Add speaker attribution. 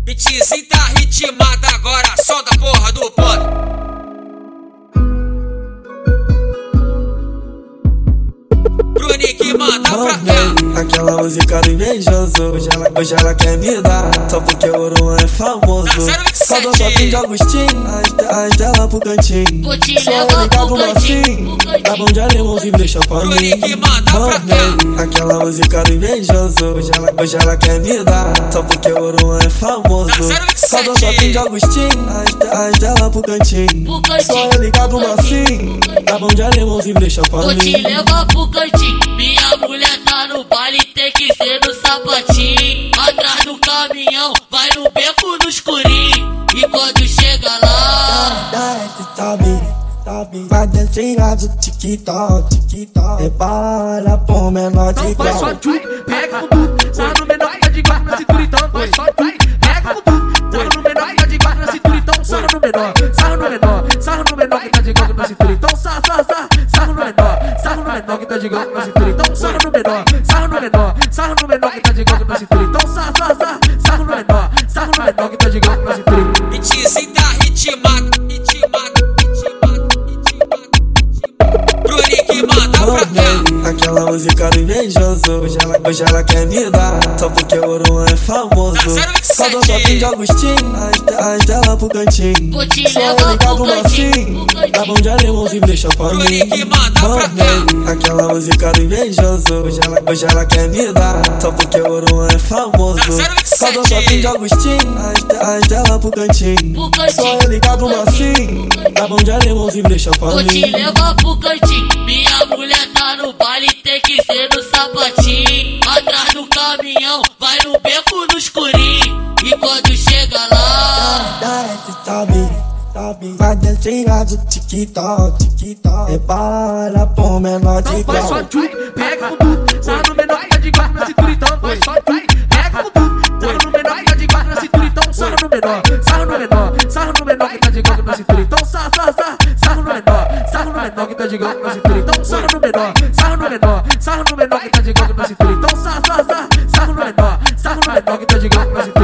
Speaker 1: beatzinho tá ritmada agora, solta a porra do ponto. Bruni que manda
Speaker 2: Oh,
Speaker 1: pra cá.
Speaker 2: baby, Aquela música do invejoso hoje ela, hoje ela quer me dar Só porque o Oron é famoso
Speaker 1: Zero vinte e
Speaker 2: Só dou
Speaker 1: Tá sete.
Speaker 2: shopping de Agostinho As, de- as dela pro cantinho
Speaker 3: Putinho,
Speaker 2: Só
Speaker 3: eu
Speaker 2: ela
Speaker 3: vou
Speaker 2: ligar
Speaker 3: pro
Speaker 2: pro
Speaker 3: cantinho,
Speaker 2: mocinho
Speaker 3: pro cantinho.
Speaker 2: Dá Tá bom de alemãozinho, deixa pra
Speaker 1: Pro
Speaker 2: mim
Speaker 1: Nick, manda
Speaker 2: Oh,
Speaker 1: pra cá.
Speaker 2: baby, Aquela música do invejoso hoje ela, hoje ela quer me dar Só porque o Oron é famoso
Speaker 1: Zero vinte e
Speaker 2: Só dou
Speaker 1: Tá sete.
Speaker 2: shopping de Agostinho As, de- as dela pro cantinho
Speaker 3: Pro cantinho,
Speaker 2: Só ela ligar pro
Speaker 3: pro
Speaker 2: mocinho
Speaker 3: cantinho, pro
Speaker 2: Dá Tá bom de alemãozinho, deixa pra
Speaker 3: Vou te
Speaker 2: mim
Speaker 3: levar pro cantinho. Minha mulher tá no baile, tem que ser no sapatinho. Atrás do caminhão, vai no beco no escurinho. E quando chega lá,
Speaker 2: Desce, sobe, sobe. Vai dancinha do TikTok, TikTok. Repara é pro menor de
Speaker 4: Então vai
Speaker 2: grau.
Speaker 4: só tchum, pega o bumbum, sai no menor que tá de guarda na cintura, então vai só tchum, pega o bumbum, sai no menor que tá de guarda na cintura, então sarra no menor, sarra no menor, sarra no menor que tá de guarda na cintura, então sarra, sarra, sarra, sarra no menor, sarra no menor que tá de guarda na cintura, então sarra no menor, sarra no menor, sarra no menor que tá de guarda na cintura, então sarra, sarra, sarra, sarra no menor, sarra no menor que tá de guarda na cintura.
Speaker 1: Beatzinho tá ritmada, ritmada, ritmada, ritmada, ritmada. Pro Nick manda tá
Speaker 2: Oh,
Speaker 1: pra cá.
Speaker 2: baby, Aquela música do invejoso hoje ela, hoje ela quer me dar Só porque o Oron é famoso
Speaker 1: Zero vinte e
Speaker 2: Só dou
Speaker 1: sete.
Speaker 2: shopping de Agostinho As, de- as dela pro cantinho
Speaker 3: Vou te
Speaker 2: Só
Speaker 3: levar
Speaker 2: ela ligar
Speaker 3: pro
Speaker 2: pro
Speaker 3: cantinho,
Speaker 2: mocinho
Speaker 3: pro cantinho.
Speaker 2: Dá Tá bom de alemãozinho, deixa pra
Speaker 1: Pro
Speaker 2: mim
Speaker 1: Nick manda
Speaker 2: Oh,
Speaker 1: pra cá.
Speaker 2: baby, Aquela música do invejoso hoje ela, hoje ela quer me dar Só porque o Oron é famoso
Speaker 1: Zero vinte e
Speaker 2: Só dou
Speaker 1: sete.
Speaker 2: shopping de Agostinho As, de- as dela pro cantinho
Speaker 3: pro
Speaker 2: Só é
Speaker 3: cantinho.
Speaker 2: eu ligar pro
Speaker 3: pro cantinho,
Speaker 2: mocinho
Speaker 3: pro cantinho.
Speaker 2: Dá Tá bom de alemãozinho, deixa pra
Speaker 3: Vou te
Speaker 2: mim
Speaker 3: levar pro cantinho. Minha mulher tá no baile, tem que ser no sapatinho. Atrás do caminhão, vai no beco no escurinho. E quando chega lá,
Speaker 2: Desce, sobe, sobe Vai dancinha do TikTok, TikTok Repara pro É menor de
Speaker 4: Então vai
Speaker 2: grau
Speaker 4: só tchum, pega o bumbum, sai no menor que tá de guarda na cintura, então vai só tchum, pega o bumbum, sai no menor que tá de guarda na cintura, então sarra no menor, sarra no menor, sarra no menor que tá de guarda na cintura, então sarra, sarra, sarra, sarra no menor, sarra no menor que tá de guarda na cintura, então sarra no menor, sarra no menor, sarra no menor que tá de guarda na cintura, então sarra, sarra, sarra, sarra no menor, sarra no menor que tá de guarda na cintura.